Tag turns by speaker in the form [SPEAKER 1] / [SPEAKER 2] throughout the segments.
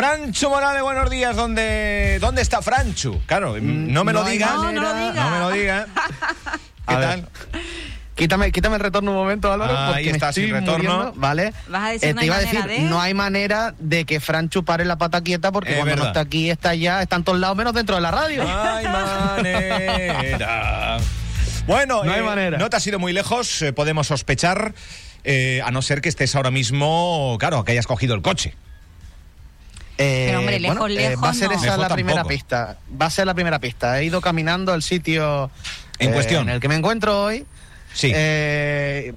[SPEAKER 1] Francho Morales, buenos días. ¿Dónde, dónde está Francho? Claro, no me lo
[SPEAKER 2] Mm, hay
[SPEAKER 1] digas.
[SPEAKER 2] manera.
[SPEAKER 3] No, no lo digas.
[SPEAKER 1] No me lo digas. ¿Qué
[SPEAKER 2] A ver,
[SPEAKER 1] tal?
[SPEAKER 2] Quítame, quítame el retorno un momento, Álvaro.
[SPEAKER 1] Ah, ahí
[SPEAKER 2] porque me
[SPEAKER 1] está, sin
[SPEAKER 2] estoy
[SPEAKER 1] retorno.
[SPEAKER 2] muriendo, ¿Vale?
[SPEAKER 3] Vas a decir,
[SPEAKER 2] Eh,
[SPEAKER 3] no
[SPEAKER 2] te
[SPEAKER 3] hay
[SPEAKER 2] iba a
[SPEAKER 3] manera
[SPEAKER 2] decir,
[SPEAKER 3] de.
[SPEAKER 2] no hay manera de que Franchu pare la pata quieta porque
[SPEAKER 1] Es
[SPEAKER 2] cuando
[SPEAKER 1] verdad. Ah.
[SPEAKER 2] no está aquí, está allá, está en todos lados menos dentro de la radio.
[SPEAKER 1] No hay manera. Bueno, eh,
[SPEAKER 2] No hay manera.
[SPEAKER 1] no te has ido muy lejos, eh, podemos sospechar, eh, a no ser que estés ahora mismo, claro, que hayas cogido el coche.
[SPEAKER 2] Eh,
[SPEAKER 3] Pero, hombre, lejos, lejos,
[SPEAKER 2] va a ser
[SPEAKER 3] no.
[SPEAKER 2] esa
[SPEAKER 1] Lejos
[SPEAKER 2] la primera
[SPEAKER 1] tampoco.
[SPEAKER 2] pista. Va a ser la primera pista. He ido caminando al sitio eh,
[SPEAKER 1] En cuestión.
[SPEAKER 2] en el que me encuentro hoy.
[SPEAKER 1] Sí.
[SPEAKER 2] Eh,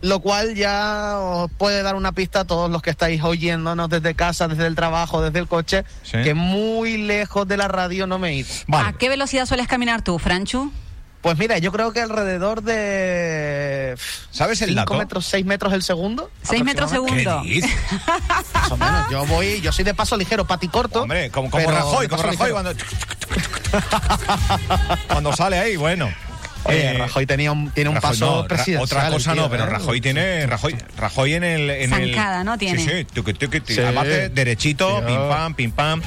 [SPEAKER 2] lo cual ya os puede dar una pista a todos los que estáis oyéndonos desde casa, desde el trabajo, desde el coche,
[SPEAKER 1] Sí.
[SPEAKER 2] que muy lejos de la radio no me he ido.
[SPEAKER 1] Vale.
[SPEAKER 3] ¿A qué velocidad sueles caminar tú, Franchu?
[SPEAKER 2] Pues mira, yo creo que alrededor de.
[SPEAKER 1] ¿Sabes el
[SPEAKER 2] 5
[SPEAKER 1] dato?
[SPEAKER 2] metros, 6 metros el segundo.
[SPEAKER 3] Seis metros
[SPEAKER 2] aproximadamente.
[SPEAKER 1] ¿Qué
[SPEAKER 3] segundo.
[SPEAKER 1] dices?
[SPEAKER 2] Más o menos. Yo voy, yo soy de paso ligero, paticorto.
[SPEAKER 1] Hombre, como, como
[SPEAKER 2] pero
[SPEAKER 1] Rajoy,
[SPEAKER 2] de
[SPEAKER 1] como
[SPEAKER 2] paso
[SPEAKER 1] Rajoy
[SPEAKER 2] ligero.
[SPEAKER 1] cuando... cuando sale ahí, bueno.
[SPEAKER 2] Oye,
[SPEAKER 1] Eh,
[SPEAKER 2] Rajoy tenía un, tiene un
[SPEAKER 1] Rajoy,
[SPEAKER 2] paso
[SPEAKER 1] no, Ra-
[SPEAKER 2] presidencial.
[SPEAKER 1] Otra cosa
[SPEAKER 2] el tío,
[SPEAKER 1] no, pero
[SPEAKER 2] ¿eh?
[SPEAKER 1] Rajoy tiene. Rajoy, Rajoy en el. En el-
[SPEAKER 3] Zancada, ¿no? Tiene.
[SPEAKER 1] Sí, sí, tuqui, tuqui, tuqui.
[SPEAKER 2] Sí. oh.
[SPEAKER 1] Aparte, derechito,
[SPEAKER 2] Tío.
[SPEAKER 1] pim pam, pim pam.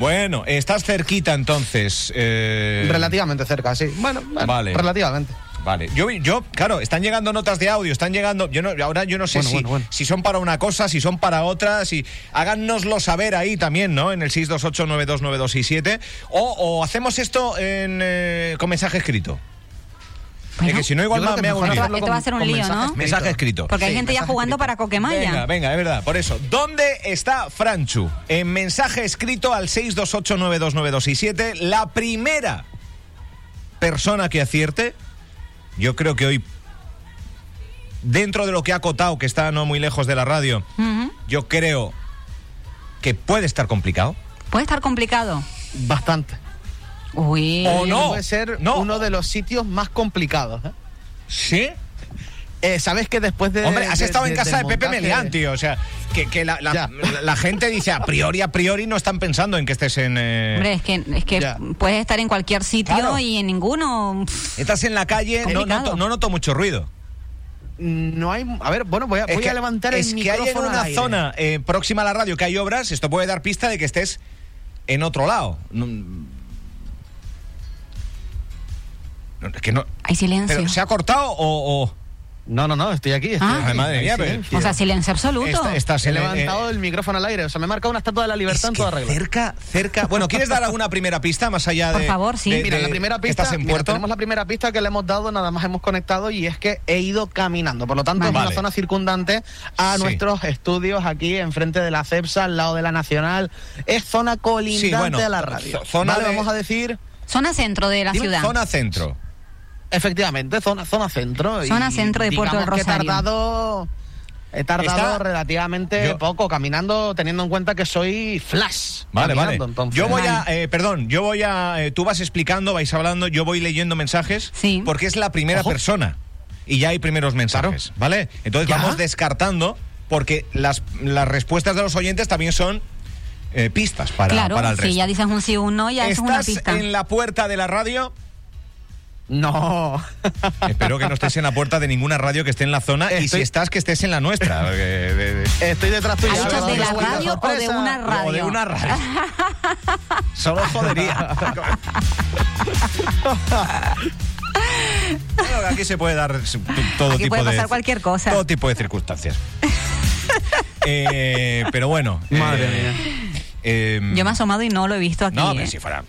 [SPEAKER 1] Bueno, estás cerquita entonces. eh,
[SPEAKER 2] Relativamente cerca, sí. Bueno, bueno,
[SPEAKER 1] Vale.
[SPEAKER 2] relativamente.
[SPEAKER 1] Vale. Yo, yo, claro, están llegando notas de audio, están llegando. Yo no, ahora yo no sé
[SPEAKER 2] Bueno,
[SPEAKER 1] si,
[SPEAKER 2] bueno, bueno.
[SPEAKER 1] si son para una cosa, si son para otra, si. Háganoslo saber ahí también, ¿no? En el 628929267. O, o hacemos esto en, eh, con mensaje escrito.
[SPEAKER 3] Bueno,
[SPEAKER 1] es que si no, igual
[SPEAKER 2] Yo creo
[SPEAKER 1] más
[SPEAKER 2] que
[SPEAKER 1] me hago
[SPEAKER 2] mejor
[SPEAKER 1] un lío.
[SPEAKER 2] hacerlo
[SPEAKER 3] Esto va a ser un lío, ¿no?
[SPEAKER 2] escrito.
[SPEAKER 1] Mensaje escrito.
[SPEAKER 3] Porque hay
[SPEAKER 2] Sí,
[SPEAKER 3] gente ya
[SPEAKER 2] mensaje
[SPEAKER 3] jugando
[SPEAKER 2] escrito.
[SPEAKER 3] para Coquemaya.
[SPEAKER 1] Venga, venga, es verdad, por eso. ¿Dónde está Franchu? En mensaje escrito al 628929267, la primera persona que acierte, yo creo que hoy, dentro de lo que ha acotado, que está no muy lejos de la radio,
[SPEAKER 3] Ujú.
[SPEAKER 1] yo creo que puede estar complicado.
[SPEAKER 3] Puede estar complicado.
[SPEAKER 2] Bastante.
[SPEAKER 3] Uy.
[SPEAKER 1] O no.
[SPEAKER 2] Puede ser
[SPEAKER 1] no.
[SPEAKER 2] uno de los sitios más complicados. ¿eh?
[SPEAKER 1] ¿Sí?
[SPEAKER 2] Eh, ¿Sabes que después de.
[SPEAKER 1] Hombre, has
[SPEAKER 2] de-
[SPEAKER 1] estado
[SPEAKER 2] de-
[SPEAKER 1] en casa de,
[SPEAKER 2] del
[SPEAKER 1] Pepe
[SPEAKER 2] montaje-
[SPEAKER 1] Melián, tío. O sea, que, que la, la-
[SPEAKER 2] Ya.
[SPEAKER 1] la- la gente dice a priori, a priori, no están pensando en que estés en... eh,
[SPEAKER 3] Hombre, es que, es que
[SPEAKER 2] Ya.
[SPEAKER 3] puedes estar en cualquier sitio
[SPEAKER 1] Claro.
[SPEAKER 3] y en ninguno. pff,
[SPEAKER 1] Estás en la calle, no
[SPEAKER 3] Complicado.
[SPEAKER 1] noto, no noto mucho ruido.
[SPEAKER 2] No hay. A ver, bueno, voy a, voy a levantar
[SPEAKER 1] es
[SPEAKER 2] el
[SPEAKER 1] que hay en
[SPEAKER 2] micrófono al
[SPEAKER 1] una
[SPEAKER 2] aire.
[SPEAKER 1] zona eh, próxima a la radio que hay obras, esto puede dar pista de que estés en otro lado. No, No, es que no.
[SPEAKER 3] Hay
[SPEAKER 2] Ah,
[SPEAKER 3] silencio.
[SPEAKER 1] Pero, ¿se ha cortado o.? o-
[SPEAKER 2] No, no, no, estoy aquí. estoy
[SPEAKER 3] Ah.
[SPEAKER 2] aquí.
[SPEAKER 1] Ay, madre
[SPEAKER 2] Hay
[SPEAKER 1] mía, pero-
[SPEAKER 2] silencio.
[SPEAKER 3] o sea, silencio absoluto.
[SPEAKER 1] Esta- estás
[SPEAKER 2] He
[SPEAKER 1] en-
[SPEAKER 2] levantado
[SPEAKER 1] eh,
[SPEAKER 2] el micrófono al aire. O sea, me he marcado una estatua de la
[SPEAKER 1] es
[SPEAKER 2] libertad en
[SPEAKER 1] que
[SPEAKER 2] toda regla.
[SPEAKER 1] cerca, cerca. Bueno, ¿quieres dar alguna primera pista más allá de.
[SPEAKER 3] Por favor, sí.
[SPEAKER 1] de-
[SPEAKER 2] Mira,
[SPEAKER 1] de-
[SPEAKER 2] la primera
[SPEAKER 1] que eh,
[SPEAKER 2] pista.
[SPEAKER 1] Estás en
[SPEAKER 2] mira,
[SPEAKER 1] puerto.
[SPEAKER 2] tenemos la primera pista que le hemos dado, nada más hemos conectado, y es que he ido caminando. Por lo tanto, es
[SPEAKER 1] Vale.
[SPEAKER 2] una zona circundante a
[SPEAKER 1] Sí.
[SPEAKER 2] nuestros estudios aquí, enfrente de la CEPSA, al lado de la Nacional. Es zona colindante
[SPEAKER 1] bueno,
[SPEAKER 2] a la radio.
[SPEAKER 1] zo- zona
[SPEAKER 2] Vale,
[SPEAKER 1] de-
[SPEAKER 2] vamos a decir.
[SPEAKER 3] Zona centro de la
[SPEAKER 1] Dime
[SPEAKER 3] ciudad.
[SPEAKER 1] Zona centro.
[SPEAKER 2] Efectivamente, zona, zona centro. y
[SPEAKER 3] Zona centro de Puerto
[SPEAKER 2] digamos
[SPEAKER 3] del
[SPEAKER 2] que
[SPEAKER 3] Rosario.
[SPEAKER 2] He tardado, he tardado
[SPEAKER 1] Está-
[SPEAKER 2] relativamente
[SPEAKER 1] Yo-
[SPEAKER 2] poco caminando, teniendo en cuenta que soy flash.
[SPEAKER 1] Vale, vale.
[SPEAKER 2] caminando, entonces.
[SPEAKER 1] Yo voy
[SPEAKER 3] Vale.
[SPEAKER 1] a, eh, perdón, yo voy a, eh, tú vas explicando, vais hablando, yo voy leyendo mensajes,
[SPEAKER 3] Sí.
[SPEAKER 1] porque es la primera
[SPEAKER 2] Ojo.
[SPEAKER 1] persona y ya hay primeros mensajes, ¿vale? Entonces
[SPEAKER 2] ¿Ya?
[SPEAKER 1] vamos descartando, porque las, las respuestas de los oyentes también son eh, pistas para,
[SPEAKER 3] claro,
[SPEAKER 1] para el
[SPEAKER 3] si
[SPEAKER 1] resto.
[SPEAKER 3] ya dices un sí o un no, ya eso es una
[SPEAKER 1] ¿Estás
[SPEAKER 3] pista.
[SPEAKER 1] en la puerta de la radio?
[SPEAKER 2] No.
[SPEAKER 1] Espero que no estés en la puerta de ninguna radio que esté en la zona y si
[SPEAKER 2] Estoy-
[SPEAKER 1] estás, que estés en la nuestra. porque, de- de-
[SPEAKER 2] Estoy detrás tuya.
[SPEAKER 3] ¿Ha
[SPEAKER 2] Ya
[SPEAKER 3] dicho
[SPEAKER 2] me
[SPEAKER 3] de
[SPEAKER 2] has
[SPEAKER 3] la
[SPEAKER 2] dado una
[SPEAKER 3] radio o de
[SPEAKER 2] sorpresa.
[SPEAKER 3] una radio?
[SPEAKER 1] O de una radio. Solo jodería. Bueno, aquí se puede dar su- t- todo
[SPEAKER 3] Aquí
[SPEAKER 1] tipo
[SPEAKER 3] puede
[SPEAKER 1] de.
[SPEAKER 3] pasar cualquier cosa.
[SPEAKER 1] Todo tipo de circunstancias. Eh, pero bueno.
[SPEAKER 2] Madre
[SPEAKER 1] eh, eh,
[SPEAKER 3] Yo me he asomado y no lo he visto aquí.
[SPEAKER 1] No,
[SPEAKER 3] ¿eh?
[SPEAKER 1] pero si fuera.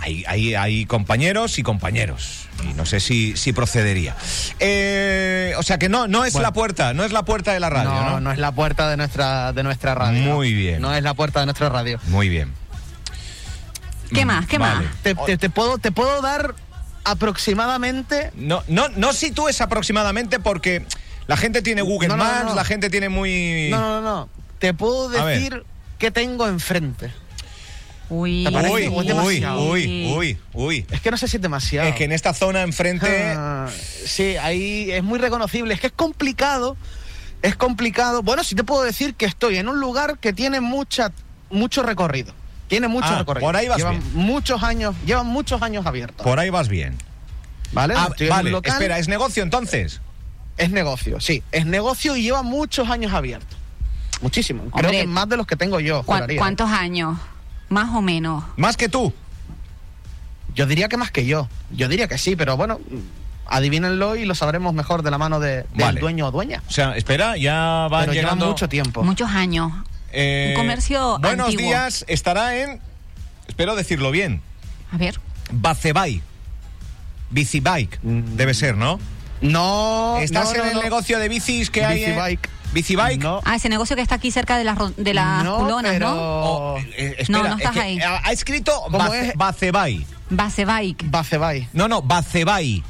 [SPEAKER 1] Hay, hay, hay compañeros y compañeros. Y no sé si, si procedería. Eh, o sea que no, no es
[SPEAKER 2] Bueno.
[SPEAKER 1] la puerta, no es la puerta de la radio,
[SPEAKER 2] No,
[SPEAKER 1] ¿no?
[SPEAKER 2] no, es la puerta de nuestra, de nuestra radio.
[SPEAKER 1] Muy
[SPEAKER 2] no.
[SPEAKER 1] bien.
[SPEAKER 2] No es la puerta de nuestra radio.
[SPEAKER 1] Muy bien.
[SPEAKER 3] ¿Qué más? ¿Qué
[SPEAKER 1] mm, Vale.
[SPEAKER 3] más?
[SPEAKER 2] Te, te- te puedo, te puedo dar aproximadamente.
[SPEAKER 1] No, no, no sitúes aproximadamente porque la gente tiene Google
[SPEAKER 2] No, no, no,
[SPEAKER 1] Maps,
[SPEAKER 2] no.
[SPEAKER 1] la gente tiene muy.
[SPEAKER 2] No, no, no, no. Te puedo
[SPEAKER 1] A ver.
[SPEAKER 2] decir qué tengo enfrente.
[SPEAKER 3] Uy,
[SPEAKER 2] ¿Te parece?
[SPEAKER 1] Uy,
[SPEAKER 2] O es
[SPEAKER 1] uy,
[SPEAKER 2] demasiado.
[SPEAKER 1] uy, uy, uy.
[SPEAKER 2] Es que no sé si es demasiado.
[SPEAKER 1] Es que en esta zona enfrente.
[SPEAKER 2] Ah, sí, ahí es muy reconocible. Es que es complicado. Es complicado. Bueno, sí te puedo decir que estoy en un lugar que tiene mucha, mucho recorrido. Tiene mucho
[SPEAKER 1] Ah,
[SPEAKER 2] recorrido.
[SPEAKER 1] por ahí vas
[SPEAKER 2] llevan
[SPEAKER 1] bien.
[SPEAKER 2] muchos años, llevan muchos años abiertos.
[SPEAKER 1] Por ahí vas bien.
[SPEAKER 2] ¿Vale?
[SPEAKER 1] Ah,
[SPEAKER 2] Estoy en un
[SPEAKER 1] vale,
[SPEAKER 2] local,
[SPEAKER 1] espera, ¿es negocio entonces?
[SPEAKER 2] es negocio, sí, es negocio y lleva muchos años abierto. Muchísimo. Creo
[SPEAKER 3] Hombre,
[SPEAKER 2] que más de los que tengo yo.
[SPEAKER 3] ¿Cuán-
[SPEAKER 2] juraría.
[SPEAKER 3] ¿Cuántos años? Más o menos.
[SPEAKER 1] Más que tú.
[SPEAKER 2] Yo diría que más que yo. Yo diría que sí, pero bueno, mm, adivínenlo y lo sabremos mejor de la mano de- del
[SPEAKER 1] Vale.
[SPEAKER 2] dueño o dueña.
[SPEAKER 1] O sea, espera, ya van
[SPEAKER 2] pero lleva
[SPEAKER 1] llegando.
[SPEAKER 2] mucho tiempo.
[SPEAKER 3] Muchos años.
[SPEAKER 1] Eh,
[SPEAKER 3] Un comercio
[SPEAKER 1] Buenos
[SPEAKER 3] antiguo.
[SPEAKER 1] días, estará en. Espero decirlo bien.
[SPEAKER 3] A ver.
[SPEAKER 1] Bacebay. Bicibike,
[SPEAKER 2] Mm.
[SPEAKER 1] debe ser, ¿no?
[SPEAKER 2] No.
[SPEAKER 1] ¿Estás
[SPEAKER 2] no, no,
[SPEAKER 1] en el
[SPEAKER 2] no.
[SPEAKER 1] negocio de bicis que hay? en-
[SPEAKER 2] Bicibike.
[SPEAKER 1] ¿Bicibike?
[SPEAKER 2] No.
[SPEAKER 3] Ah, ese negocio que está aquí cerca de las, ro- de las
[SPEAKER 2] No,
[SPEAKER 3] culonas, ¿no?
[SPEAKER 1] Oh, eh, eh, espera,
[SPEAKER 3] no
[SPEAKER 1] es
[SPEAKER 3] estás
[SPEAKER 1] que
[SPEAKER 3] ahí.
[SPEAKER 1] Ha, ha escrito
[SPEAKER 2] ¿Cómo
[SPEAKER 1] Bace-
[SPEAKER 2] es?
[SPEAKER 1] Bacebay.
[SPEAKER 3] Basebike.
[SPEAKER 2] Bacebay.
[SPEAKER 1] No, no, Bacebay.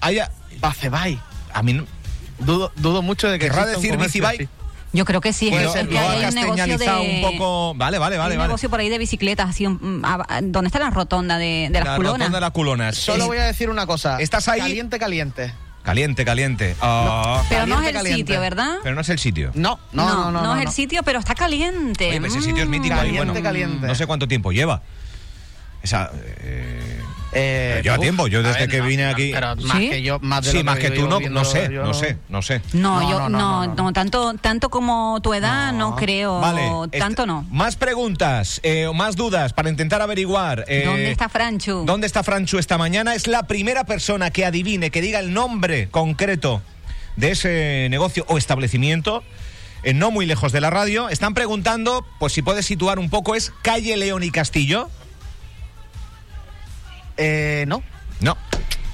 [SPEAKER 1] Hay a,
[SPEAKER 2] Bacebay.
[SPEAKER 1] a mí no-
[SPEAKER 2] Dudo, dudo mucho de que.
[SPEAKER 1] ¿Querrá
[SPEAKER 2] exista un
[SPEAKER 1] decir
[SPEAKER 2] comercio
[SPEAKER 1] Bicibike?
[SPEAKER 2] así.
[SPEAKER 3] Yo creo que sí. es
[SPEAKER 1] Bueno,
[SPEAKER 3] que- es que
[SPEAKER 1] lo ha
[SPEAKER 3] ahí hay un negocio de...
[SPEAKER 1] casteñalizado un poco. Vale, vale,
[SPEAKER 3] hay
[SPEAKER 1] vale.
[SPEAKER 3] un
[SPEAKER 1] vale.
[SPEAKER 3] negocio por ahí de bicicletas, así, mm, a- a- donde está la rotonda de, de las
[SPEAKER 1] La
[SPEAKER 3] culonas.
[SPEAKER 1] rotonda de la culona.
[SPEAKER 2] Solo voy a decir una cosa.
[SPEAKER 1] ¿Estás ahí?
[SPEAKER 2] Caliente, caliente.
[SPEAKER 1] Caliente, caliente. Ah,
[SPEAKER 3] Pero no es
[SPEAKER 2] Caliente,
[SPEAKER 3] el
[SPEAKER 2] caliente.
[SPEAKER 3] sitio, ¿verdad?
[SPEAKER 1] Pero no es el sitio.
[SPEAKER 2] No, no, no, no.
[SPEAKER 3] no,
[SPEAKER 2] no,
[SPEAKER 3] es el
[SPEAKER 2] no.
[SPEAKER 3] sitio, pero está caliente.
[SPEAKER 1] Oye, pero ese sitio es
[SPEAKER 3] Mm.
[SPEAKER 1] mítico. y
[SPEAKER 2] Caliente,
[SPEAKER 1] bueno,
[SPEAKER 2] caliente.
[SPEAKER 1] No sé cuánto tiempo lleva. Esa. eh,
[SPEAKER 2] Eh,
[SPEAKER 1] Yo a
[SPEAKER 2] uf,
[SPEAKER 1] tiempo, yo
[SPEAKER 2] a
[SPEAKER 1] desde que vine
[SPEAKER 2] no,
[SPEAKER 1] aquí-
[SPEAKER 2] Pero más
[SPEAKER 3] ¿Sí?
[SPEAKER 2] que yo, más de
[SPEAKER 1] sí,
[SPEAKER 2] lo
[SPEAKER 1] más que
[SPEAKER 2] vivo
[SPEAKER 1] tú no,
[SPEAKER 2] viendo
[SPEAKER 1] no sé,
[SPEAKER 2] yo-
[SPEAKER 1] no sé, no sé.
[SPEAKER 3] No,
[SPEAKER 2] No,
[SPEAKER 3] yo
[SPEAKER 2] no,
[SPEAKER 3] no,
[SPEAKER 2] no, no,
[SPEAKER 3] no,
[SPEAKER 2] no.
[SPEAKER 3] tanto, tanto como tu edad no,
[SPEAKER 2] No.
[SPEAKER 3] creo,
[SPEAKER 1] Vale. este,
[SPEAKER 3] tanto
[SPEAKER 1] est-
[SPEAKER 3] no.
[SPEAKER 1] Más preguntas eh, o más dudas para intentar averiguar. eh,
[SPEAKER 3] ¿Dónde está Franchu?
[SPEAKER 1] ¿Dónde está Franchu esta mañana? Es la primera persona que adivine, que diga el nombre concreto de ese negocio o establecimiento. eh, no muy lejos de la radio, están preguntando, pues si puedes situar un poco, es calle León y Castillo.
[SPEAKER 2] Eh, no.
[SPEAKER 1] No,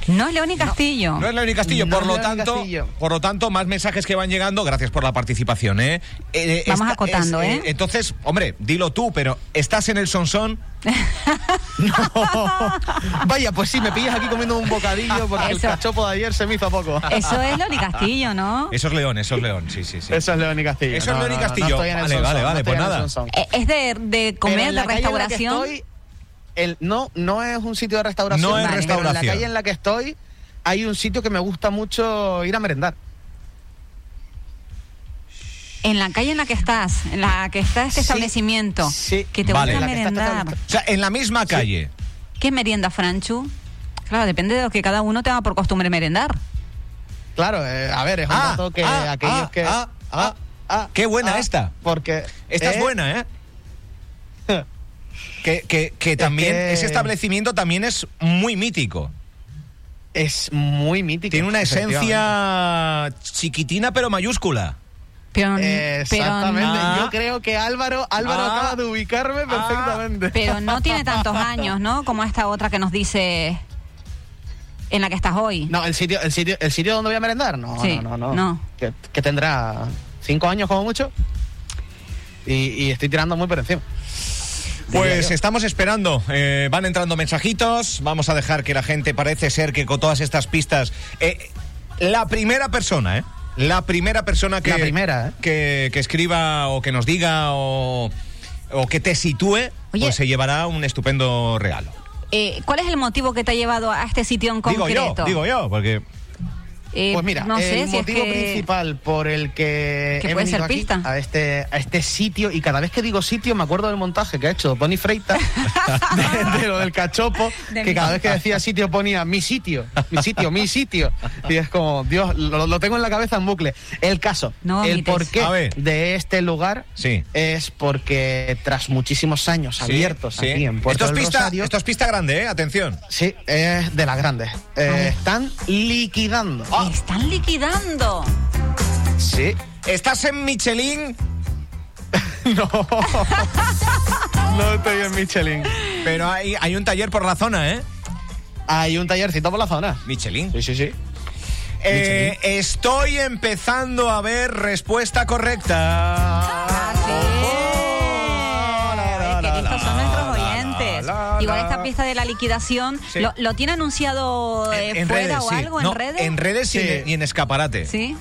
[SPEAKER 3] No es León y Castillo.
[SPEAKER 1] No es León y Castillo,
[SPEAKER 2] No
[SPEAKER 1] por
[SPEAKER 2] es
[SPEAKER 1] lo
[SPEAKER 2] León y
[SPEAKER 1] tanto,
[SPEAKER 2] Castillo.
[SPEAKER 1] por lo tanto, más mensajes que van llegando. Gracias por la participación, ¿eh? Eh,
[SPEAKER 3] Vamos acotando, ¿eh?
[SPEAKER 1] Entonces, hombre, dilo tú, pero estás en el Sonsón.
[SPEAKER 2] Vaya, pues sí, me pillas aquí comiendo un bocadillo porque el
[SPEAKER 3] Eso. Eh,
[SPEAKER 2] cachopo de ayer se me hizo poco.
[SPEAKER 3] Eso es León y Castillo, ¿no?
[SPEAKER 1] Eso es León, eso es León, sí, sí, sí.
[SPEAKER 2] Eso es León y Castillo.
[SPEAKER 1] Eso es León y Castillo.
[SPEAKER 2] estoy en el
[SPEAKER 1] Vale,
[SPEAKER 2] Sonsón,
[SPEAKER 1] vale, vale,
[SPEAKER 2] estoy
[SPEAKER 1] pues
[SPEAKER 2] en el
[SPEAKER 1] nada.
[SPEAKER 2] Sonsón.
[SPEAKER 3] Eh, Es de, de
[SPEAKER 2] Pero
[SPEAKER 3] comer,
[SPEAKER 2] en
[SPEAKER 3] de
[SPEAKER 2] la calle en la que
[SPEAKER 3] restauración.
[SPEAKER 2] estoy, el- no, no es un sitio de restauración.
[SPEAKER 1] No
[SPEAKER 3] es
[SPEAKER 2] Vale. Pero en
[SPEAKER 1] restauración.
[SPEAKER 2] la calle en la que estoy hay un sitio que me gusta mucho ir a merendar.
[SPEAKER 3] En la calle en la que estás, en la que está este
[SPEAKER 2] Sí,
[SPEAKER 3] establecimiento,
[SPEAKER 2] sí.
[SPEAKER 3] que te
[SPEAKER 1] Vale.
[SPEAKER 3] gusta
[SPEAKER 1] En la
[SPEAKER 2] que está este
[SPEAKER 3] merendar.
[SPEAKER 2] establecimiento.
[SPEAKER 1] O sea, en la misma calle.
[SPEAKER 3] ¿Qué merienda, Franchu? Claro, depende de lo que cada uno tenga por costumbre merendar.
[SPEAKER 2] Claro, eh, a ver, es un
[SPEAKER 1] Ah,
[SPEAKER 2] dato que
[SPEAKER 1] ah,
[SPEAKER 2] aquellos
[SPEAKER 1] ah,
[SPEAKER 2] que.
[SPEAKER 1] ah, ah,
[SPEAKER 2] ah,
[SPEAKER 1] qué buena
[SPEAKER 2] ah,
[SPEAKER 1] esta.
[SPEAKER 2] Porque.
[SPEAKER 1] Esta es
[SPEAKER 2] eh,
[SPEAKER 1] buena, ¿eh? Que, que- que también,
[SPEAKER 2] que-
[SPEAKER 1] ese establecimiento también es muy mítico.
[SPEAKER 2] Es muy mítica.
[SPEAKER 1] Tiene una esencia chiquitina pero mayúscula.
[SPEAKER 3] Pero, pero,
[SPEAKER 2] Exactamente.
[SPEAKER 1] no.
[SPEAKER 3] no,
[SPEAKER 2] Yo creo que Álvaro, Álvaro
[SPEAKER 1] Ah.
[SPEAKER 2] acaba de ubicarme
[SPEAKER 1] Ah.
[SPEAKER 2] perfectamente.
[SPEAKER 3] pero no tiene tantos años, ¿no? Como esta otra que nos dice en la que estás hoy.
[SPEAKER 2] No, el sitio, el sitio, el sitio donde voy a merendar, no,
[SPEAKER 3] Sí,
[SPEAKER 2] no, no, no.
[SPEAKER 3] no.
[SPEAKER 2] Que, que tendrá cinco años como mucho. Y, y estoy tirando muy por encima.
[SPEAKER 1] Pues estamos esperando. eh, van entrando mensajitos. Vamos a dejar que la gente parece ser que con todas estas pistas. eh, la primera persona, ¿eh? La primera persona que.
[SPEAKER 2] La primera, ¿eh?
[SPEAKER 1] Que, que escriba o que nos diga o, o que te sitúe,
[SPEAKER 3] Oye.
[SPEAKER 1] pues se llevará un estupendo regalo.
[SPEAKER 3] Eh, ¿Cuál es el motivo que te ha llevado a este sitio en
[SPEAKER 1] Digo
[SPEAKER 3] concreto?
[SPEAKER 1] yo, digo yo, porque.
[SPEAKER 3] Eh,
[SPEAKER 2] Pues mira,
[SPEAKER 3] no sé
[SPEAKER 2] el
[SPEAKER 3] si es
[SPEAKER 2] motivo
[SPEAKER 3] que-
[SPEAKER 2] principal por el que,
[SPEAKER 3] Que
[SPEAKER 2] he
[SPEAKER 3] puede
[SPEAKER 2] venido
[SPEAKER 3] ser
[SPEAKER 2] aquí,
[SPEAKER 3] pista.
[SPEAKER 2] a este a este sitio y cada vez que digo sitio me acuerdo del montaje que ha hecho Pony Freitas de, de lo del cachopo
[SPEAKER 3] De
[SPEAKER 2] que
[SPEAKER 3] mi-
[SPEAKER 2] cada vez que decía sitio ponía mi sitio, mi sitio, mi sitio y es como Dios lo, lo tengo en la cabeza en bucle. El caso,
[SPEAKER 3] No
[SPEAKER 2] el
[SPEAKER 3] vomites.
[SPEAKER 1] A
[SPEAKER 2] porqué
[SPEAKER 1] ver.
[SPEAKER 2] de este lugar
[SPEAKER 1] Sí.
[SPEAKER 2] es porque tras muchísimos años abiertos
[SPEAKER 1] Sí, sí.
[SPEAKER 2] aquí en Puerto
[SPEAKER 1] esto, es
[SPEAKER 2] del
[SPEAKER 1] pista,
[SPEAKER 2] Rosario,
[SPEAKER 1] esto es pista grande, ¿eh? Atención.
[SPEAKER 2] sí, es de las grandes.
[SPEAKER 3] Ah.
[SPEAKER 2] Eh, están liquidando.
[SPEAKER 3] Me Están liquidando.
[SPEAKER 2] Sí.
[SPEAKER 1] Estás en Michelin,
[SPEAKER 2] No. No estoy en Michelin.
[SPEAKER 1] pero hay, hay un taller por la zona, ¿eh?
[SPEAKER 2] Hay un tallercito por la zona.
[SPEAKER 1] Michelin.
[SPEAKER 2] Sí, sí, sí.
[SPEAKER 1] Eh, estoy empezando a ver respuesta correcta.
[SPEAKER 3] Así
[SPEAKER 1] Oh, la, la,
[SPEAKER 3] es. Es
[SPEAKER 1] la,
[SPEAKER 3] que estos son
[SPEAKER 1] la,
[SPEAKER 3] nuestros
[SPEAKER 1] la,
[SPEAKER 3] oyentes.
[SPEAKER 1] la, la,
[SPEAKER 3] Igual
[SPEAKER 1] la.
[SPEAKER 3] esta pista de la liquidación,
[SPEAKER 1] Sí.
[SPEAKER 3] ¿lo, lo tiene anunciado eh,
[SPEAKER 1] En, en
[SPEAKER 3] fuera
[SPEAKER 1] redes,
[SPEAKER 3] o
[SPEAKER 1] sí.
[SPEAKER 3] algo?
[SPEAKER 1] No,
[SPEAKER 3] ¿En redes?
[SPEAKER 1] En redes y
[SPEAKER 2] Sí.
[SPEAKER 1] en- y en escaparate.
[SPEAKER 3] Sí.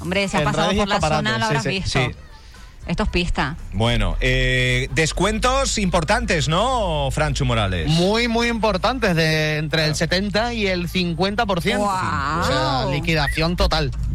[SPEAKER 3] Hombre, se ha
[SPEAKER 2] En
[SPEAKER 3] pasado
[SPEAKER 2] redes y
[SPEAKER 3] por la
[SPEAKER 2] escaparates,
[SPEAKER 3] zona, lo
[SPEAKER 2] sí,
[SPEAKER 3] habrás
[SPEAKER 2] sí,
[SPEAKER 3] visto.
[SPEAKER 1] sí.
[SPEAKER 3] Esto es pista.
[SPEAKER 1] Bueno, eh, descuentos importantes, ¿no, Franchu Morales?
[SPEAKER 2] Muy, muy importantes, de entre el 70 y el 50%.
[SPEAKER 3] Guau.
[SPEAKER 2] O sea, liquidación total.
[SPEAKER 3] Espero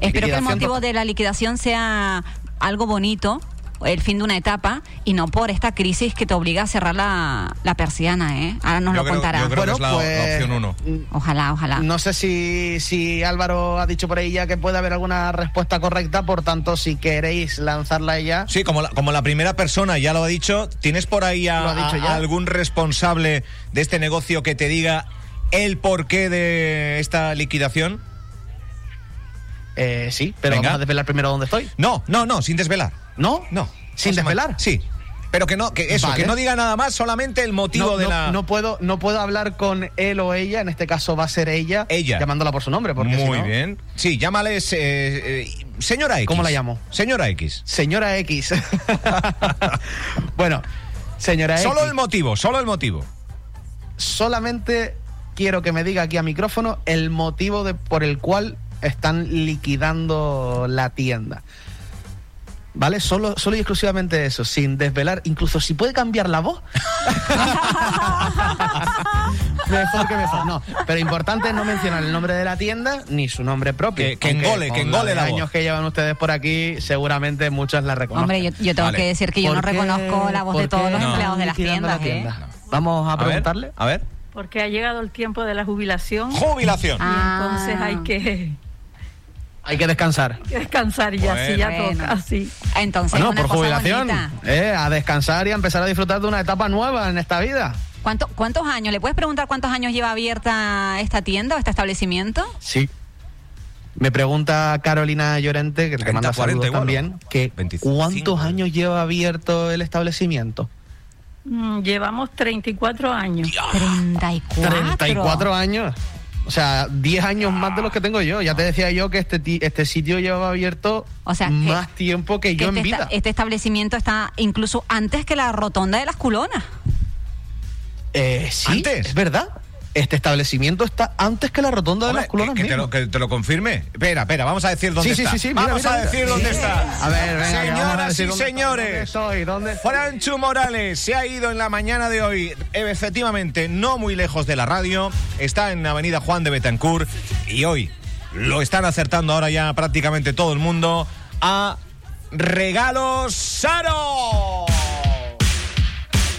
[SPEAKER 3] que el
[SPEAKER 2] Liquidación
[SPEAKER 3] motivo
[SPEAKER 2] total.
[SPEAKER 3] de la liquidación sea algo bonito el fin de una etapa y no por esta crisis que te obliga a cerrar la, la persiana, ¿eh? Ahora nos
[SPEAKER 1] Yo
[SPEAKER 3] lo
[SPEAKER 1] creo-
[SPEAKER 3] contará.
[SPEAKER 1] yo creo- que es la- la opción uno.
[SPEAKER 3] Ojalá, ojalá.
[SPEAKER 2] pues, mm, No sé si, si Álvaro ha dicho por ahí ya que puede haber alguna respuesta correcta, por tanto, si queréis lanzarla ya.
[SPEAKER 1] Sí, como la, como la primera persona ya lo ha dicho, ¿tienes por ahí a,
[SPEAKER 2] Lo ha
[SPEAKER 1] a-
[SPEAKER 2] dicho ya.
[SPEAKER 1] a algún responsable de este negocio que te diga el porqué de esta liquidación?
[SPEAKER 2] Eh, sí, pero
[SPEAKER 1] Venga.
[SPEAKER 2] vamos a desvelar primero dónde estoy.
[SPEAKER 1] No, no, no, sin desvelar.
[SPEAKER 2] ¿No?
[SPEAKER 1] No.
[SPEAKER 2] ¿Sin
[SPEAKER 1] No se
[SPEAKER 2] desvelar?
[SPEAKER 1] man- Sí. Pero que no, que eso,
[SPEAKER 2] Vale.
[SPEAKER 1] que no diga nada más, solamente el motivo
[SPEAKER 2] No,
[SPEAKER 1] de
[SPEAKER 2] no-
[SPEAKER 1] la.
[SPEAKER 2] no puedo, no puedo hablar con él o ella, en este caso va a ser ella,
[SPEAKER 1] Ella.
[SPEAKER 2] llamándola por su nombre. Porque si
[SPEAKER 1] Muy
[SPEAKER 2] no-
[SPEAKER 1] bien. Sí, llámales. eh, eh, señora X.
[SPEAKER 2] ¿Cómo la llamo?
[SPEAKER 1] Señora X.
[SPEAKER 2] Señora X. bueno, señora
[SPEAKER 1] Solo
[SPEAKER 2] X.
[SPEAKER 1] el motivo, solo el motivo.
[SPEAKER 2] solamente quiero que me diga aquí a micrófono el motivo de, por el cual están liquidando la tienda. ¿Vale? Solo, solo y exclusivamente eso, sin desvelar, incluso si puede cambiar la voz. mejor que mejor. No, pero importante es no mencionar el nombre de la tienda ni su nombre propio.
[SPEAKER 1] Que- que
[SPEAKER 2] Aunque
[SPEAKER 1] engole, que
[SPEAKER 2] con
[SPEAKER 1] engole
[SPEAKER 2] los
[SPEAKER 1] la
[SPEAKER 2] años
[SPEAKER 1] voz.
[SPEAKER 2] que llevan ustedes por aquí, seguramente muchas la reconocen.
[SPEAKER 3] Hombre, yo, yo tengo
[SPEAKER 1] Vale.
[SPEAKER 3] que decir que yo no
[SPEAKER 2] ¿Por qué-
[SPEAKER 3] reconozco la voz
[SPEAKER 2] por
[SPEAKER 3] de todos
[SPEAKER 2] qué
[SPEAKER 3] los
[SPEAKER 2] están
[SPEAKER 3] empleados de las
[SPEAKER 2] liquidando la
[SPEAKER 3] tiendas, ¿eh?
[SPEAKER 2] tienda? Vamos a, preguntarle.
[SPEAKER 1] A ver.
[SPEAKER 4] Porque ha llegado el tiempo de la jubilación
[SPEAKER 1] Jubilación.
[SPEAKER 4] y entonces
[SPEAKER 3] Ah.
[SPEAKER 4] hay que,
[SPEAKER 2] Hay que descansar.
[SPEAKER 4] que descansar ya,
[SPEAKER 1] Bueno.
[SPEAKER 4] si ya
[SPEAKER 3] Bueno.
[SPEAKER 4] toca, así.
[SPEAKER 3] Entonces,
[SPEAKER 2] Bueno,
[SPEAKER 3] una
[SPEAKER 2] por
[SPEAKER 3] cosa
[SPEAKER 2] jubilación,
[SPEAKER 3] bonita.
[SPEAKER 2] eh, a descansar y a empezar a disfrutar de una etapa nueva en esta vida.
[SPEAKER 3] ¿Cuánto- ¿Cuántos años? ¿Le puedes preguntar cuántos años lleva abierta esta tienda o este establecimiento?
[SPEAKER 2] Sí. Me pregunta Carolina Llorente, que
[SPEAKER 1] 30,
[SPEAKER 2] te manda
[SPEAKER 1] 40
[SPEAKER 2] saludos
[SPEAKER 1] igual,
[SPEAKER 2] también,
[SPEAKER 1] ¿no?
[SPEAKER 2] que
[SPEAKER 1] 25,
[SPEAKER 2] ¿cuántos
[SPEAKER 1] ¿no?
[SPEAKER 2] años lleva abierto el establecimiento?
[SPEAKER 4] Mm, Llevamos 34 años.
[SPEAKER 3] 34.
[SPEAKER 2] 34 años. O sea, 10 años más de los que tengo yo. Ya te decía yo que este, ti- este sitio lleva abierto
[SPEAKER 3] O sea, que-
[SPEAKER 2] más tiempo que
[SPEAKER 3] Que
[SPEAKER 2] yo en
[SPEAKER 3] este, esta-
[SPEAKER 2] vida.
[SPEAKER 3] este establecimiento está incluso antes que la rotonda de las culonas.
[SPEAKER 2] Eh, sí,
[SPEAKER 1] ¿Antes?
[SPEAKER 2] es verdad. Este establecimiento está antes que la rotonda de
[SPEAKER 1] Hombre,
[SPEAKER 2] las colonas
[SPEAKER 1] que, que te lo, que te lo confirme. Espera, espera, vamos a decir dónde
[SPEAKER 2] Sí, sí,
[SPEAKER 1] está.
[SPEAKER 2] sí, sí, mira,
[SPEAKER 1] vamos
[SPEAKER 2] mira,
[SPEAKER 1] a
[SPEAKER 2] mira.
[SPEAKER 1] decir dónde está.
[SPEAKER 2] A ver, venga, que vamos a
[SPEAKER 1] Señoras
[SPEAKER 2] decir
[SPEAKER 1] y
[SPEAKER 2] dónde- ¿Dónde
[SPEAKER 1] señores.
[SPEAKER 2] estoy? ¿Dónde estoy?
[SPEAKER 1] Franchu Morales se ha ido en la mañana de hoy, efectivamente, no muy lejos de la radio. Está en Avenida Juan de Betancourt y hoy lo están acertando ahora ya prácticamente todo el mundo a Regalos Saro.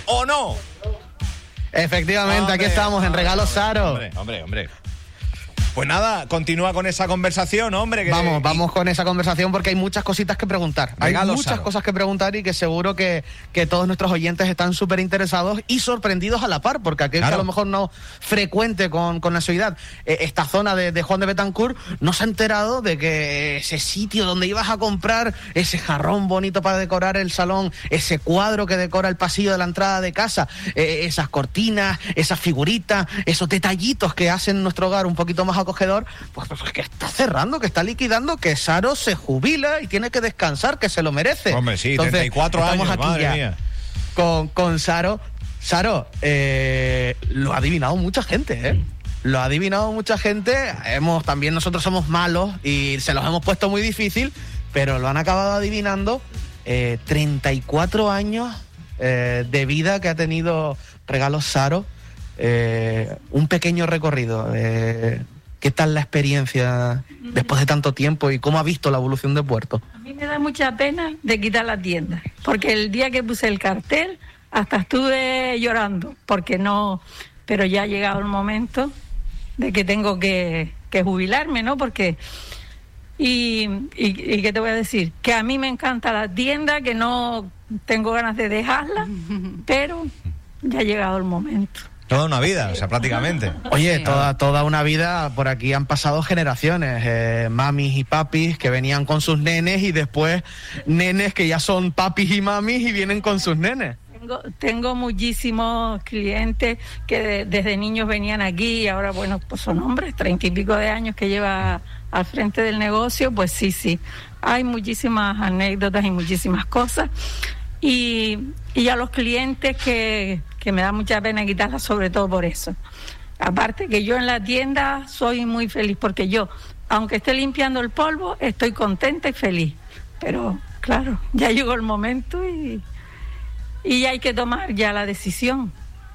[SPEAKER 1] ¿O no?
[SPEAKER 2] Efectivamente,
[SPEAKER 1] Hombre,
[SPEAKER 2] aquí estamos en
[SPEAKER 1] hombre,
[SPEAKER 2] Regalo
[SPEAKER 1] hombre,
[SPEAKER 2] Saro.
[SPEAKER 1] Hombre, hombre, hombre. Pues nada, continúa con esa conversación, hombre. que-
[SPEAKER 2] Vamos, vamos con esa conversación porque hay muchas cositas que preguntar. Hay
[SPEAKER 1] Regalo
[SPEAKER 2] muchas
[SPEAKER 1] Saro.
[SPEAKER 2] cosas que preguntar y que seguro que, que todos nuestros oyentes están súper interesados y sorprendidos a la par, porque aquel que
[SPEAKER 1] Claro.
[SPEAKER 2] a lo mejor no frecuente con, con la ciudad eh, esta zona de, de Juan de Betancourt no se ha enterado de que ese sitio donde ibas a comprar ese jarrón bonito para decorar el salón, ese cuadro que decora el pasillo de la entrada de casa, eh, esas cortinas, esas figuritas, esos detallitos que hacen nuestro hogar un poquito más acogedor, pues, pues, pues, que está cerrando, que está liquidando, que Saro se jubila y tiene que descansar, que se lo merece.
[SPEAKER 1] Hombre, sí,
[SPEAKER 2] Entonces,
[SPEAKER 1] 34
[SPEAKER 2] estamos
[SPEAKER 1] años,
[SPEAKER 2] aquí
[SPEAKER 1] madre
[SPEAKER 2] ya
[SPEAKER 1] mía.
[SPEAKER 2] con, con Saro. Saro, eh, lo ha adivinado mucha gente, ¿eh? Lo ha adivinado mucha gente. Hemos, también nosotros somos malos y se los hemos puesto muy difícil, pero lo han acabado adivinando. Eh, 34 años eh, de vida que ha tenido Regalos Saro. Eh, un pequeño recorrido. Eh, ¿Qué tal la experiencia después de tanto tiempo y cómo ha visto la evolución de Puerto?
[SPEAKER 4] A mí me da mucha pena de quitar la tienda, porque el día que puse el cartel hasta estuve llorando, porque no, pero ya ha llegado el momento de que tengo que, que jubilarme, ¿no? Porque, y, y, y qué te voy a decir, que a mí me encanta la tienda, que no tengo ganas de dejarla, pero ya ha llegado el momento.
[SPEAKER 1] Toda una vida, o sea, prácticamente.
[SPEAKER 2] Oye,
[SPEAKER 3] Sí.
[SPEAKER 2] toda, toda una vida por aquí han pasado generaciones, eh, mamis y papis que venían con sus nenes y después nenes que ya son papis y mamis y vienen con sus nenes.
[SPEAKER 4] Tengo, tengo muchísimos clientes que de- desde niños venían aquí y ahora, bueno, pues son hombres, treinta y pico de años que lleva al frente del negocio, pues sí, sí. Hay muchísimas anécdotas y muchísimas cosas. Y, y a los clientes que, que me da mucha pena quitarlas, sobre todo por eso. Aparte que yo en la tienda soy muy feliz porque yo, aunque esté limpiando el polvo, estoy contenta y feliz. Pero claro, ya llegó el momento y, y hay que tomar ya la decisión,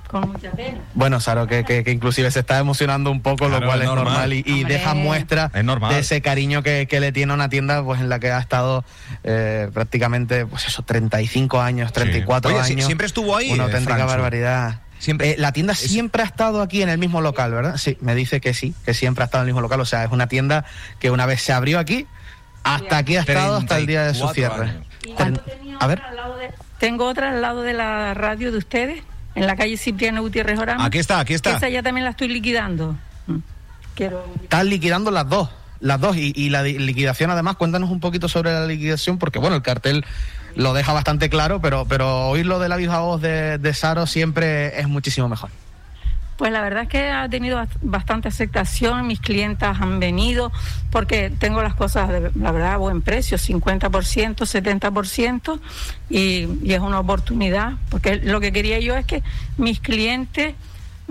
[SPEAKER 4] con mucha pena.
[SPEAKER 2] Bueno, Saro, que, que- que inclusive se está emocionando un poco,
[SPEAKER 1] Claro,
[SPEAKER 2] lo cual
[SPEAKER 1] es
[SPEAKER 2] es normal,
[SPEAKER 1] normal.
[SPEAKER 2] y, y
[SPEAKER 3] Hombre.
[SPEAKER 2] deja muestra
[SPEAKER 1] Es normal.
[SPEAKER 2] de ese cariño que, que le tiene a una tienda pues en la que ha estado eh, prácticamente, pues eso, 35 años, 34
[SPEAKER 1] Oye, sí,
[SPEAKER 2] años.
[SPEAKER 1] siempre estuvo ahí, eh,
[SPEAKER 2] Una auténtica
[SPEAKER 1] Francho.
[SPEAKER 2] barbaridad.
[SPEAKER 1] Siempre-
[SPEAKER 2] Eh, la tienda
[SPEAKER 1] es-
[SPEAKER 2] siempre ha estado aquí en el mismo local, ¿verdad? Sí, me dice que sí, que siempre ha estado en el mismo local. O sea, es una tienda que una vez se abrió aquí, hasta aquí ha estado hasta el día de su
[SPEAKER 1] 34
[SPEAKER 2] cierre.
[SPEAKER 1] años.
[SPEAKER 4] Y
[SPEAKER 2] Tren-
[SPEAKER 4] yo tenía
[SPEAKER 2] A ver,
[SPEAKER 4] otra al lado de- tengo otra al lado de la radio de ustedes, en la calle Cipriano Gutiérrez Orán.
[SPEAKER 1] Aquí está, aquí está.
[SPEAKER 4] Esa ya también la estoy liquidando. Mm. Quiero.
[SPEAKER 2] están liquidando las dos. Las dos. Y, y la di- liquidación, además, cuéntanos un poquito sobre la liquidación, porque bueno, el cartel lo deja bastante claro, pero, pero oírlo de la viva voz de, de Saro siempre es muchísimo mejor.
[SPEAKER 4] Pues la verdad es que ha tenido bast- bastante aceptación, mis clientas han venido, porque tengo las cosas, de, la verdad, a buen precio, 50%, 70%, y, y es una oportunidad, porque lo que quería yo es que mis clientes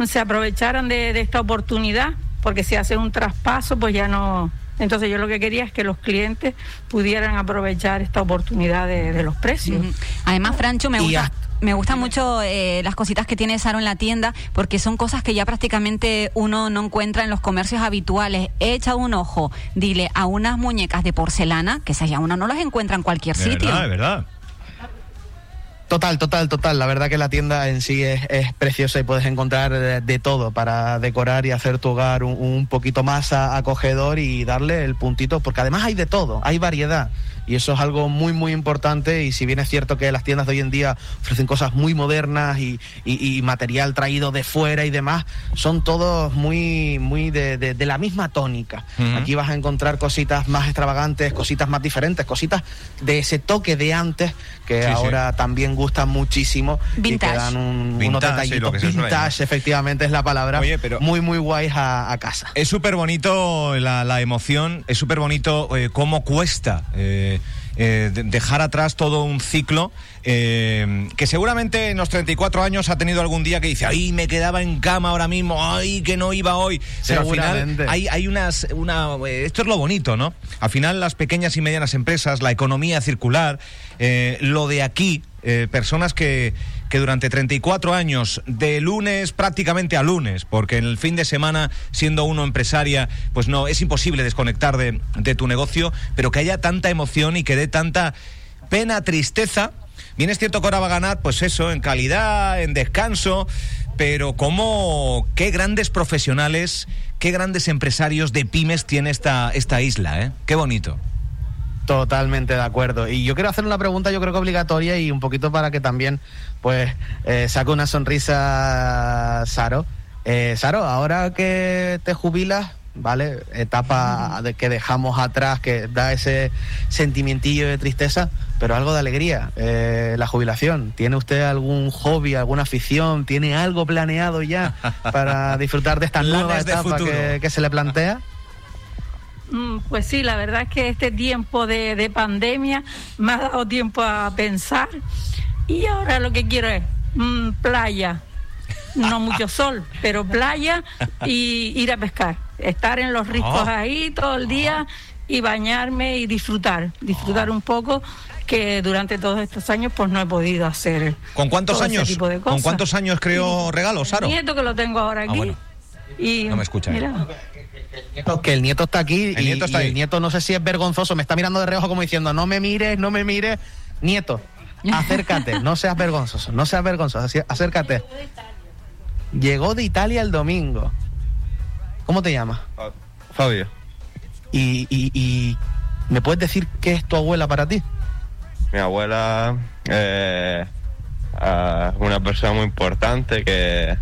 [SPEAKER 4] se aprovecharan de, de esta oportunidad, porque si hacen un traspaso, pues ya no... Entonces yo lo que quería es que los clientes pudieran aprovechar esta oportunidad de, de los precios.
[SPEAKER 3] Ujú. Además, Francho, me
[SPEAKER 2] Y
[SPEAKER 3] gusta.
[SPEAKER 2] hasta-
[SPEAKER 3] Me gustan mucho eh, las cositas que tiene Saro en la tienda porque son cosas que ya prácticamente uno no encuentra en los comercios habituales. Echa un ojo, dile, a unas muñecas de porcelana, que esas ya uno no las encuentra en cualquier
[SPEAKER 1] De
[SPEAKER 3] sitio.
[SPEAKER 1] verdad, de verdad.
[SPEAKER 2] Total, total, total. La verdad que la tienda en sí es, es preciosa y puedes encontrar de, de todo para decorar y hacer tu hogar un, un poquito más a- acogedor y darle el puntito, porque además hay de todo, hay variedad. Y eso es algo muy, muy importante. Y si bien es cierto que las tiendas de hoy en día ofrecen cosas muy modernas y, y- y material traído de fuera y demás, son todos muy, muy de, de- de la misma tónica.
[SPEAKER 1] Ujú.
[SPEAKER 2] Aquí vas a encontrar cositas más extravagantes, cositas más diferentes, cositas de ese toque de antes que
[SPEAKER 1] Sí, sí.
[SPEAKER 2] ahora también gustan muchísimo
[SPEAKER 3] Vintage.
[SPEAKER 2] y que dan un, unos
[SPEAKER 1] Vintage, sí, lo
[SPEAKER 2] detallitos
[SPEAKER 1] que se suele
[SPEAKER 2] vintage,
[SPEAKER 1] llamar.
[SPEAKER 2] efectivamente es la palabra,
[SPEAKER 1] Oye, pero-
[SPEAKER 2] muy muy guays a, a casa.
[SPEAKER 1] Es súper bonito la, la emoción, es súper bonito eh, cómo cuesta eh, eh, de- dejar atrás todo un ciclo eh, que seguramente en los 34 años ha tenido algún día que dice, ay, me quedaba en cama ahora mismo, ay, que no iba hoy. Pero al final
[SPEAKER 2] Seguramente.
[SPEAKER 1] hay, hay unas, una, eh, esto es lo bonito, ¿no? Al final las pequeñas y medianas empresas, la economía circular, eh, lo de aquí, eh, personas que, que durante 34 años, de lunes prácticamente a lunes, porque en el fin de semana, siendo uno empresaria, pues no, es imposible desconectar de, de tu negocio, pero que haya tanta emoción y que dé tanta pena, tristeza. Bien es cierto que ahora va a ganar, pues eso, en calidad, en descanso, pero cómo, qué grandes profesionales, qué grandes empresarios de pymes tiene esta, esta isla, ¿eh? Qué bonito.
[SPEAKER 2] Totalmente de acuerdo. Y yo quiero hacer una pregunta, yo creo que obligatoria y un poquito para que también pues eh, saque una sonrisa Saro. Eh, Saro, ahora que te jubilas, ¿vale? Etapa de que dejamos atrás, que da ese sentimientillo de tristeza, pero algo de alegría. Eh, la jubilación, ¿tiene usted algún hobby, alguna afición? ¿Tiene algo planeado ya para disfrutar de esta nueva
[SPEAKER 1] Planes de
[SPEAKER 2] etapa
[SPEAKER 1] futuro.
[SPEAKER 2] que- que se le plantea?
[SPEAKER 4] Mm, Pues sí, la verdad es que este tiempo de, de pandemia me ha dado tiempo a pensar y ahora lo que quiero es mm, playa, no mucho sol, pero playa y ir a pescar, estar en los riscos
[SPEAKER 1] Ah.
[SPEAKER 4] ahí todo el día y bañarme y disfrutar,
[SPEAKER 1] Ah.
[SPEAKER 4] disfrutar un poco que durante todos estos años pues no he podido hacer.
[SPEAKER 1] ¿Con cuántos
[SPEAKER 4] todo ese
[SPEAKER 1] años?
[SPEAKER 4] tipo de
[SPEAKER 1] ¿Con
[SPEAKER 4] cosas.
[SPEAKER 1] cuántos años creó regalo, Saro?
[SPEAKER 4] Nieto que lo tengo ahora
[SPEAKER 1] Ah,
[SPEAKER 4] aquí.
[SPEAKER 1] bueno.
[SPEAKER 4] y,
[SPEAKER 1] No me escucha, ¿eh?
[SPEAKER 4] mira.
[SPEAKER 2] nieto- que el nieto está aquí
[SPEAKER 1] El
[SPEAKER 2] y,
[SPEAKER 1] nieto está
[SPEAKER 2] y
[SPEAKER 1] ahí.
[SPEAKER 2] el nieto no sé si es vergonzoso, me está mirando de reojo como diciendo, no me mires, no me mires, nieto, acércate, no seas vergonzoso, no seas vergonzoso, así- acércate. Llegó de Italia el domingo. ¿Cómo te llamas?
[SPEAKER 5] Ah,
[SPEAKER 1] Fabio.
[SPEAKER 2] Y, y- y me puedes decir qué es tu abuela para ti.
[SPEAKER 5] mi abuela eh, ah, una persona muy importante que,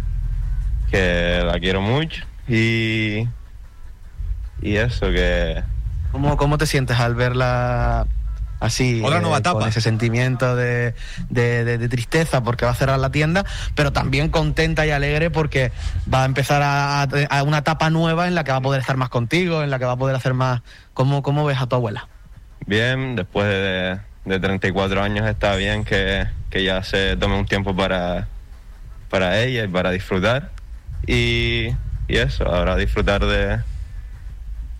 [SPEAKER 5] que la quiero mucho y, y eso que
[SPEAKER 2] ¿Cómo, cómo te sientes al verla así? eh,
[SPEAKER 1] Otra nueva etapa.
[SPEAKER 2] Con ese sentimiento de, de- de- de tristeza porque va a cerrar la tienda, pero también contenta y alegre porque va a empezar a, a una etapa nueva en la que va a poder estar más contigo, en la que va a poder hacer más. ¿Cómo, cómo ves a tu abuela?
[SPEAKER 5] bien, después de, de 34 años está bien que, que ya se tome un tiempo para, para ella y para disfrutar y, y eso, ahora disfrutar de,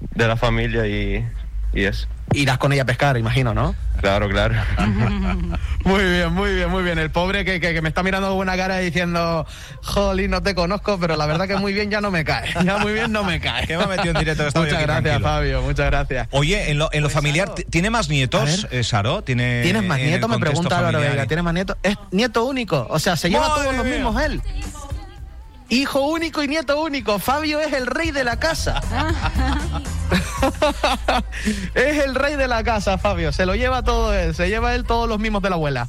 [SPEAKER 5] de la familia y, y eso.
[SPEAKER 2] Irás con ella a pescar, imagino, ¿no?
[SPEAKER 5] Claro, claro.
[SPEAKER 2] Muy bien, muy bien, muy bien. El pobre que, que- que me está mirando con buena cara diciendo, jolín, no te conozco, pero la verdad que muy bien ya no me cae. Ya muy bien no me cae.
[SPEAKER 1] Ah, Que me ha metido en directo, que estaba yo
[SPEAKER 2] Muchas
[SPEAKER 1] aquí
[SPEAKER 2] gracias,
[SPEAKER 1] tranquilo.
[SPEAKER 2] Fabio, muchas gracias.
[SPEAKER 1] Oye, en lo, en lo familiar,
[SPEAKER 2] Pues, Saro.
[SPEAKER 1] ti- ¿tiene más nietos,
[SPEAKER 2] A
[SPEAKER 1] eh, Saro? ¿Tiene,
[SPEAKER 2] ¿Tienes más
[SPEAKER 1] en el
[SPEAKER 2] nietos? Me
[SPEAKER 1] contexto
[SPEAKER 2] pregunta Álvaro
[SPEAKER 1] familiar
[SPEAKER 2] Vega.
[SPEAKER 1] y-
[SPEAKER 2] ¿Tienes más nietos? Es nieto único. O sea, se lleva
[SPEAKER 1] ¡Madre
[SPEAKER 2] todos los
[SPEAKER 1] mía!
[SPEAKER 2] mismos él. Hijo único y nieto único. Fabio es el rey de la casa. es el rey de la casa, Fabio. Se lo lleva todo él. Se lleva él todos los mismos de la abuela.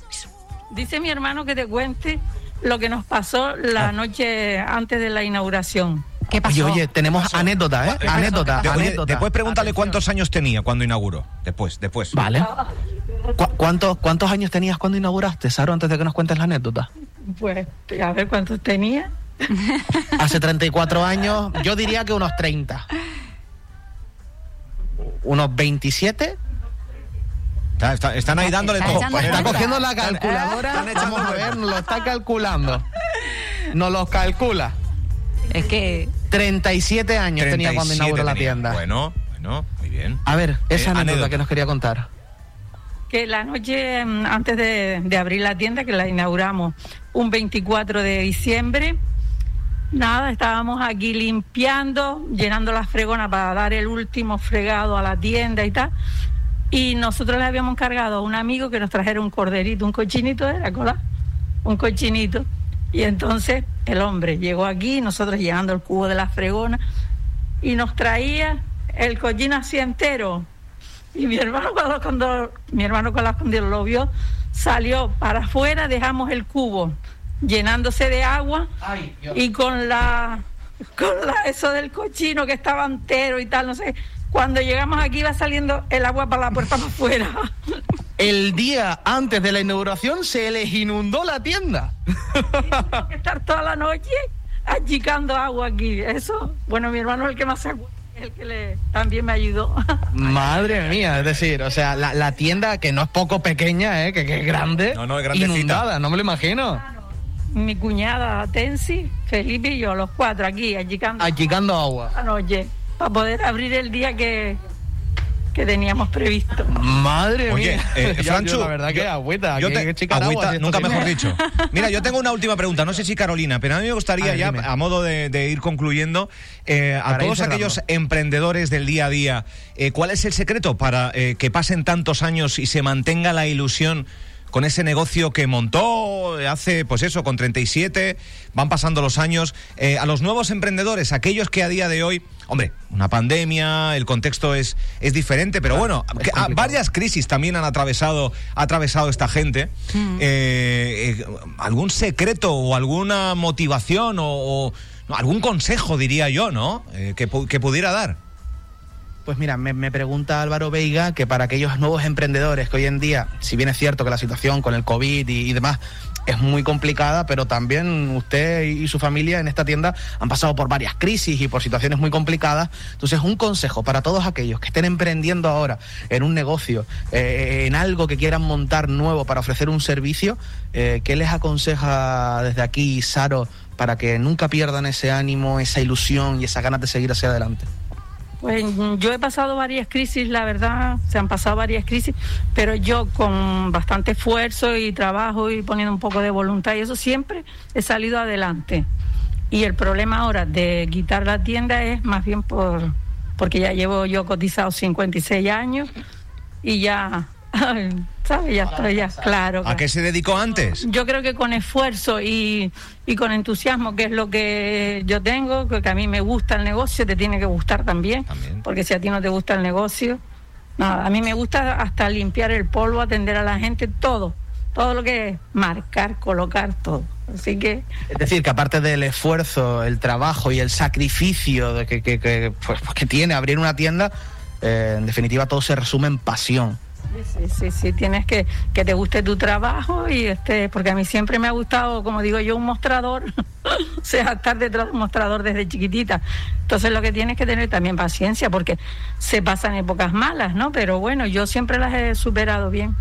[SPEAKER 4] Dice mi hermano que te cuente lo que nos pasó la noche antes de la inauguración.
[SPEAKER 3] ¿Qué
[SPEAKER 2] Oye,
[SPEAKER 3] pasó?
[SPEAKER 2] oye, tenemos anécdota, ¿eh? Anécdota,
[SPEAKER 1] De- oye,
[SPEAKER 2] anécdota.
[SPEAKER 1] después pregúntale cuántos años tenía cuando inauguró. Después, después.
[SPEAKER 2] Vale. ¿Cu- cuántos, ¿Cuántos años tenías cuando inauguraste, Saro, antes de que nos cuentes la anécdota?
[SPEAKER 4] Pues, a ver cuántos tenía.
[SPEAKER 2] Hace 34 años, yo diría que unos 30. Unos 27.
[SPEAKER 1] Está- está- están ahí dándole
[SPEAKER 3] Está
[SPEAKER 1] todo.
[SPEAKER 3] echando
[SPEAKER 1] Pues
[SPEAKER 2] Está
[SPEAKER 3] cuenta.
[SPEAKER 2] cogiendo la calculadora.
[SPEAKER 1] Están echando
[SPEAKER 2] Vamos a
[SPEAKER 1] cuenta.
[SPEAKER 2] ver, nos lo está calculando. Nos los calcula.
[SPEAKER 3] Es que
[SPEAKER 2] 37 años tenía cuando
[SPEAKER 1] 37
[SPEAKER 2] inauguró la
[SPEAKER 1] este tenía.
[SPEAKER 2] tienda.
[SPEAKER 1] Bueno, bueno, muy bien.
[SPEAKER 2] A ver, esa
[SPEAKER 1] Eh,
[SPEAKER 2] anécdota,
[SPEAKER 1] anécdota.
[SPEAKER 2] que nos quería contar.
[SPEAKER 4] que la noche mm, antes de, de abrir la tienda, que la inauguramos un 24 de diciembre, nada, estábamos aquí limpiando, llenando las fregonas para dar el último fregado a la tienda y tal. Y nosotros le habíamos encargado a un amigo que nos trajera un corderito, un cochinito, ¿era cola? Un cochinito. Y entonces el hombre llegó aquí, nosotros llenando el cubo de las fregonas, y nos traía el cochino así entero. Y mi hermano cuando, cuando- mi hermano cuando, cuando lo vio, salió para afuera, dejamos el cubo llenándose de agua y con la con la eso del cochino que estaba entero y tal, no sé. Cuando llegamos aquí va saliendo el agua para la puerta para afuera.
[SPEAKER 2] El día antes de la inauguración se les inundó la tienda.
[SPEAKER 4] Tengo que estar toda la noche achicando agua aquí. Eso, bueno, mi hermano es el que más se acuerda, es el que le, también me ayudó.
[SPEAKER 2] Madre mía, es decir, o sea, la, la tienda que no es poco pequeña, ¿eh? que, que es grande,
[SPEAKER 1] No, no, es grandecita.
[SPEAKER 2] inundada, no me lo imagino.
[SPEAKER 4] Mi cuñada Tensi, Felipe y yo, los cuatro aquí achicando.
[SPEAKER 2] Achicando agua.
[SPEAKER 4] anoche para poder abrir el día que, que teníamos previsto.
[SPEAKER 2] Madre
[SPEAKER 1] Oye,
[SPEAKER 2] mía.
[SPEAKER 1] eh,
[SPEAKER 2] Ya, yo,
[SPEAKER 1] Franchu,
[SPEAKER 2] la verdad que
[SPEAKER 1] yo-
[SPEAKER 2] agüita,
[SPEAKER 1] yo
[SPEAKER 2] que-
[SPEAKER 1] te-
[SPEAKER 2] que chica
[SPEAKER 1] agüita,
[SPEAKER 2] agua, si esto
[SPEAKER 1] nunca
[SPEAKER 2] tiene-
[SPEAKER 1] mejor dicho. Mira, yo tengo una última pregunta, no sé si Carolina, pero a mí me gustaría
[SPEAKER 2] A ver,
[SPEAKER 1] ya,
[SPEAKER 2] dime.
[SPEAKER 1] a modo de, de ir concluyendo, eh, a
[SPEAKER 2] Para ir
[SPEAKER 1] todos
[SPEAKER 2] cerrando.
[SPEAKER 1] aquellos emprendedores del día a día, eh, ¿cuál es el secreto para eh, que pasen tantos años y se mantenga la ilusión con ese negocio que montó eh, hace, pues eso, con 37, van pasando los años, eh, a los nuevos emprendedores, aquellos que a día de hoy, hombre, una pandemia, el contexto es, es diferente, pero bueno,
[SPEAKER 2] es
[SPEAKER 1] que- ah,
[SPEAKER 2] complicado.
[SPEAKER 1] varias crisis también han atravesado, ha atravesado esta gente.
[SPEAKER 3] Mm.
[SPEAKER 1] Eh, eh, ¿Algún secreto o alguna motivación o, o- no, algún consejo, diría yo, ¿no? Eh, que, pu- que pudiera dar.
[SPEAKER 2] Pues mira, me, me pregunta Álvaro Veiga que para aquellos nuevos emprendedores que hoy en día, si bien es cierto que la situación con el COVID y, y demás es muy complicada, pero también usted y, y su familia en esta tienda han pasado por varias crisis y por situaciones muy complicadas. Entonces, un consejo para todos aquellos que estén emprendiendo ahora en un negocio, eh, en algo que quieran montar nuevo para ofrecer un servicio, eh, ¿qué les aconseja desde aquí, Saro, para que nunca pierdan ese ánimo, esa ilusión y esas ganas de seguir hacia adelante?
[SPEAKER 4] Pues mm, yo he pasado varias crisis, la verdad, se han pasado varias crisis, pero yo con bastante esfuerzo y trabajo y poniendo un poco de voluntad y eso siempre he salido adelante. Y el problema ahora de quitar la tienda es más bien por porque ya llevo yo cotizado 56 años y ya, ¿sabes? Ya estoy ya, claro.
[SPEAKER 1] ¿A
[SPEAKER 4] claro.
[SPEAKER 1] qué se dedicó antes?
[SPEAKER 4] Yo creo que con esfuerzo y, y con entusiasmo, que es lo que yo tengo, que que a mí me gusta el negocio, te tiene que gustar también,
[SPEAKER 1] También.
[SPEAKER 4] porque si a ti no te gusta el negocio, nada, a mí me gusta hasta limpiar el polvo, atender a la gente, todo, todo lo que es marcar, colocar, todo. Así que
[SPEAKER 2] Es decir, que aparte del esfuerzo, el trabajo y el sacrificio de que, que- que, pues, pues, que tiene abrir una tienda, eh, en definitiva todo se resume en pasión.
[SPEAKER 4] Sí, sí, sí, tienes que que te guste tu trabajo y este, porque a mí siempre me ha gustado, como digo yo, un mostrador, o sea, estar detrás de un mostrador desde chiquitita. Entonces lo que tienes que tener también paciencia, porque se pasan épocas malas, ¿no? Pero bueno, yo siempre las he superado bien.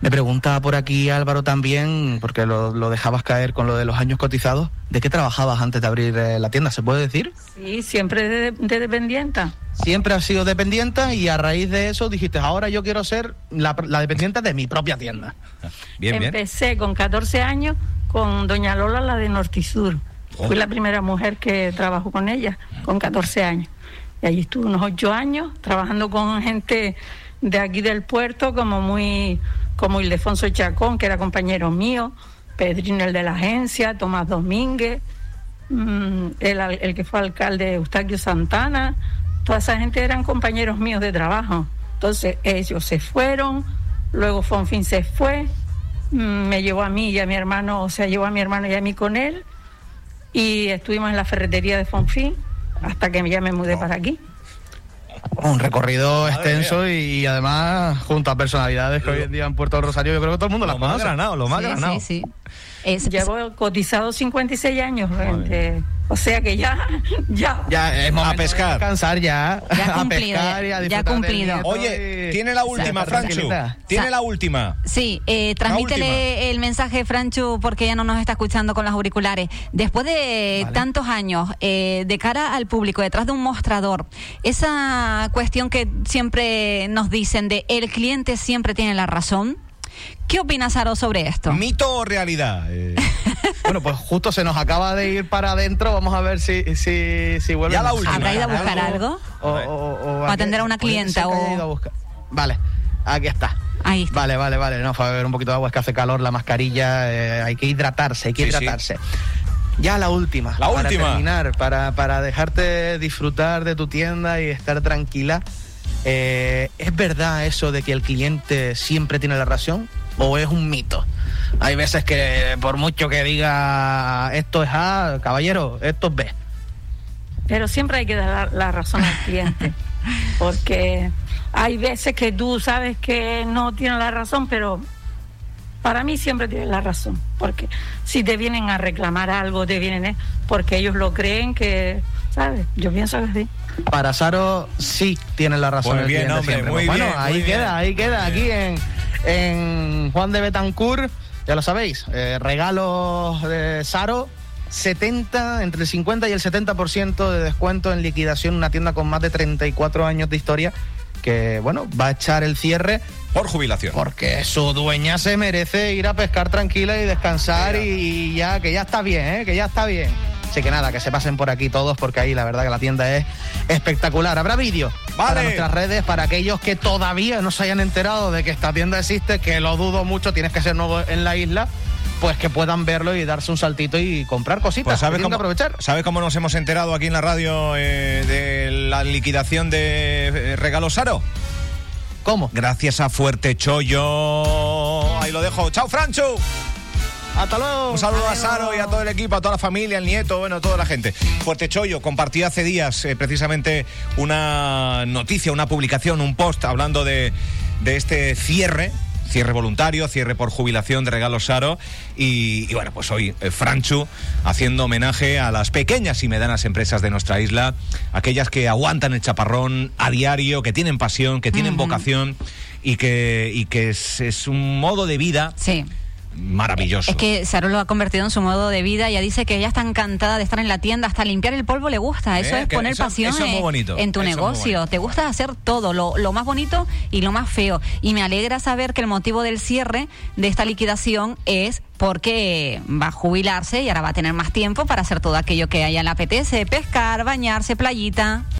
[SPEAKER 2] Me pregunta por aquí Álvaro también, porque lo, lo dejabas caer con lo de los años cotizados, ¿de qué trabajabas antes de abrir eh, la tienda? ¿Se puede decir?
[SPEAKER 4] Sí, siempre de, de dependienta.
[SPEAKER 2] Siempre has sido dependiente y a raíz de eso dijiste, ahora yo quiero ser la, la dependiente de mi propia tienda.
[SPEAKER 1] Bien, bien.
[SPEAKER 4] Empecé con 14 años con Doña Lola, la de Nortisur.
[SPEAKER 1] Oh.
[SPEAKER 4] Fui la primera mujer que trabajó con ella, con 14 años. Y allí estuve unos 8 años trabajando con gente de aquí del puerto, como muy, como Ildefonso Chacón, que era compañero mío, Pedrino, el de la agencia, Tomás Domínguez, mm, el, al- el que fue alcalde Eustaquio Santana. Toda esa gente eran compañeros míos de trabajo. Entonces ellos se fueron, luego Fonfin se fue, mm, me llevó a mí y a mi hermano, o sea, llevó a mi hermano y a mí con él, y estuvimos en la ferretería de Fonfin hasta que ya me mudé para aquí.
[SPEAKER 2] Un recorrido
[SPEAKER 1] Madre
[SPEAKER 2] extenso y, además junto a personalidades que hoy en día en Puerto Rosario yo creo que todo el mundo las
[SPEAKER 1] Lo más
[SPEAKER 2] conoce.
[SPEAKER 1] granado, lo más
[SPEAKER 3] sí,
[SPEAKER 1] granado.
[SPEAKER 3] sí, sí. Es-
[SPEAKER 4] Llevo cotizado 56 años, gente. o sea que ya, ya,
[SPEAKER 2] Ya es momento de
[SPEAKER 1] pescar.
[SPEAKER 2] descansar ya,
[SPEAKER 3] Ya
[SPEAKER 2] a
[SPEAKER 3] cumplido,
[SPEAKER 2] pescar y a
[SPEAKER 3] ya
[SPEAKER 2] disfrutar del
[SPEAKER 3] cumplido.
[SPEAKER 2] nieto
[SPEAKER 1] Oye,
[SPEAKER 2] y-
[SPEAKER 1] tiene la
[SPEAKER 2] y
[SPEAKER 1] última,
[SPEAKER 2] estar
[SPEAKER 1] Franchu.
[SPEAKER 2] tranquilita.
[SPEAKER 1] Tiene
[SPEAKER 3] Sa-
[SPEAKER 1] la última.
[SPEAKER 3] Sí, eh, transmítele el mensaje, Franchu, porque ya no nos está escuchando con los auriculares. Después de
[SPEAKER 2] Vale.
[SPEAKER 3] tantos años, eh, de cara al público, detrás de un mostrador, esa cuestión que siempre nos dicen de el cliente siempre tiene la razón. ¿Qué opinas, Saro, sobre esto?
[SPEAKER 1] ¿Mito o realidad? Eh,
[SPEAKER 2] Bueno, pues justo se nos acaba de ir para adentro. Vamos a ver si, si, si vuelve.
[SPEAKER 1] Ya la última. ¿Habrá ido a
[SPEAKER 3] buscar algo?
[SPEAKER 2] O, o- o-
[SPEAKER 3] ¿O atender a una
[SPEAKER 2] puede ser
[SPEAKER 3] clienta,
[SPEAKER 2] que haya
[SPEAKER 3] o-
[SPEAKER 2] ido a buscar. Vale, aquí está.
[SPEAKER 3] Ahí está.
[SPEAKER 2] Vale, vale, vale. No, fue a beber un poquito de agua, es que hace calor, la mascarilla, eh, hay que hidratarse, hay que
[SPEAKER 1] Sí, sí.
[SPEAKER 2] hidratarse. Ya la última.
[SPEAKER 1] La
[SPEAKER 2] para
[SPEAKER 1] última.
[SPEAKER 2] terminar, para, para dejarte disfrutar de tu tienda y estar tranquila. Eh, ¿Es verdad eso de que el cliente siempre tiene la razón o es un mito? Hay veces que por mucho que diga esto es A, caballero, esto es B.
[SPEAKER 4] Pero siempre hay que dar la, la razón al cliente, porque hay veces que tú sabes que no tiene la razón, pero para mí siempre tiene la razón, porque si te vienen a reclamar algo, te vienen, eh, porque ellos lo creen que, ¿sabes? Yo pienso que sí.
[SPEAKER 2] Para Saro sí tiene la razón.
[SPEAKER 1] Muy
[SPEAKER 2] el
[SPEAKER 1] bien,
[SPEAKER 2] cliente
[SPEAKER 1] hombre,
[SPEAKER 2] siempre.
[SPEAKER 1] muy
[SPEAKER 2] bueno,
[SPEAKER 1] bien,
[SPEAKER 2] ahí
[SPEAKER 1] muy
[SPEAKER 2] queda,
[SPEAKER 1] bien.
[SPEAKER 2] ahí queda,
[SPEAKER 1] Muy
[SPEAKER 2] aquí en, en Juan de Betancourt, ya lo sabéis, eh, regalos de Saro. 70, entre el 50 y el 70% de descuento en liquidación, una tienda con más de 34 años de historia que, bueno, va a echar el cierre
[SPEAKER 1] por jubilación.
[SPEAKER 2] porque su dueña se merece ir a pescar tranquila y descansar y ya, que ya está bien, ¿eh? que ya está bien. Así que nada, que se pasen por aquí todos porque ahí la verdad que la tienda es espectacular. Habrá vídeos
[SPEAKER 1] Vale.
[SPEAKER 2] para nuestras redes, para aquellos que todavía no se hayan enterado de que esta tienda existe, que lo dudo mucho, tienes que ser nuevo en la isla, pues que puedan verlo y darse un saltito y comprar cositas.
[SPEAKER 1] Pues sabes
[SPEAKER 2] que tienen
[SPEAKER 1] cómo,
[SPEAKER 2] que aprovechar.
[SPEAKER 1] ¿sabes cómo nos hemos enterado aquí en la radio eh, de la liquidación de eh, Regalo Saro?
[SPEAKER 2] ¿Cómo?
[SPEAKER 1] Gracias a Fuerte Chollo. Ahí lo dejo. ¡Chao, Franchu!
[SPEAKER 2] Hasta luego.
[SPEAKER 1] Un saludo a Saro y a todo el equipo, a toda la familia, al nieto, bueno, a toda la gente. Fuerte Chollo compartí hace días eh, precisamente una noticia, una publicación, un post hablando de, de este cierre. Cierre voluntario, cierre por jubilación de regalos Saro. Y, y bueno, pues hoy eh, Franchu haciendo homenaje a las pequeñas y medianas empresas de nuestra isla, aquellas que aguantan el chaparrón a diario, que tienen pasión, que tienen vocación y que, y que es, es un modo de vida
[SPEAKER 3] Sí.
[SPEAKER 1] maravilloso.
[SPEAKER 3] Es que Saro lo ha convertido en su modo de vida. Ella dice que ella está encantada de estar en la tienda, hasta limpiar el polvo le gusta. Eso
[SPEAKER 1] Eh,
[SPEAKER 3] es
[SPEAKER 1] que
[SPEAKER 3] poner
[SPEAKER 1] eso-
[SPEAKER 3] pasión
[SPEAKER 1] eso es muy
[SPEAKER 3] eh,
[SPEAKER 1] bonito.
[SPEAKER 3] en tu
[SPEAKER 1] Eso es muy
[SPEAKER 3] negocio.
[SPEAKER 1] bonito.
[SPEAKER 3] Te gusta hacer todo, lo, lo más bonito y lo más feo. Y me alegra saber que el motivo del cierre de esta liquidación es porque va a jubilarse y ahora va a tener más tiempo para hacer todo aquello que a ella le apetece, pescar, bañarse, playita.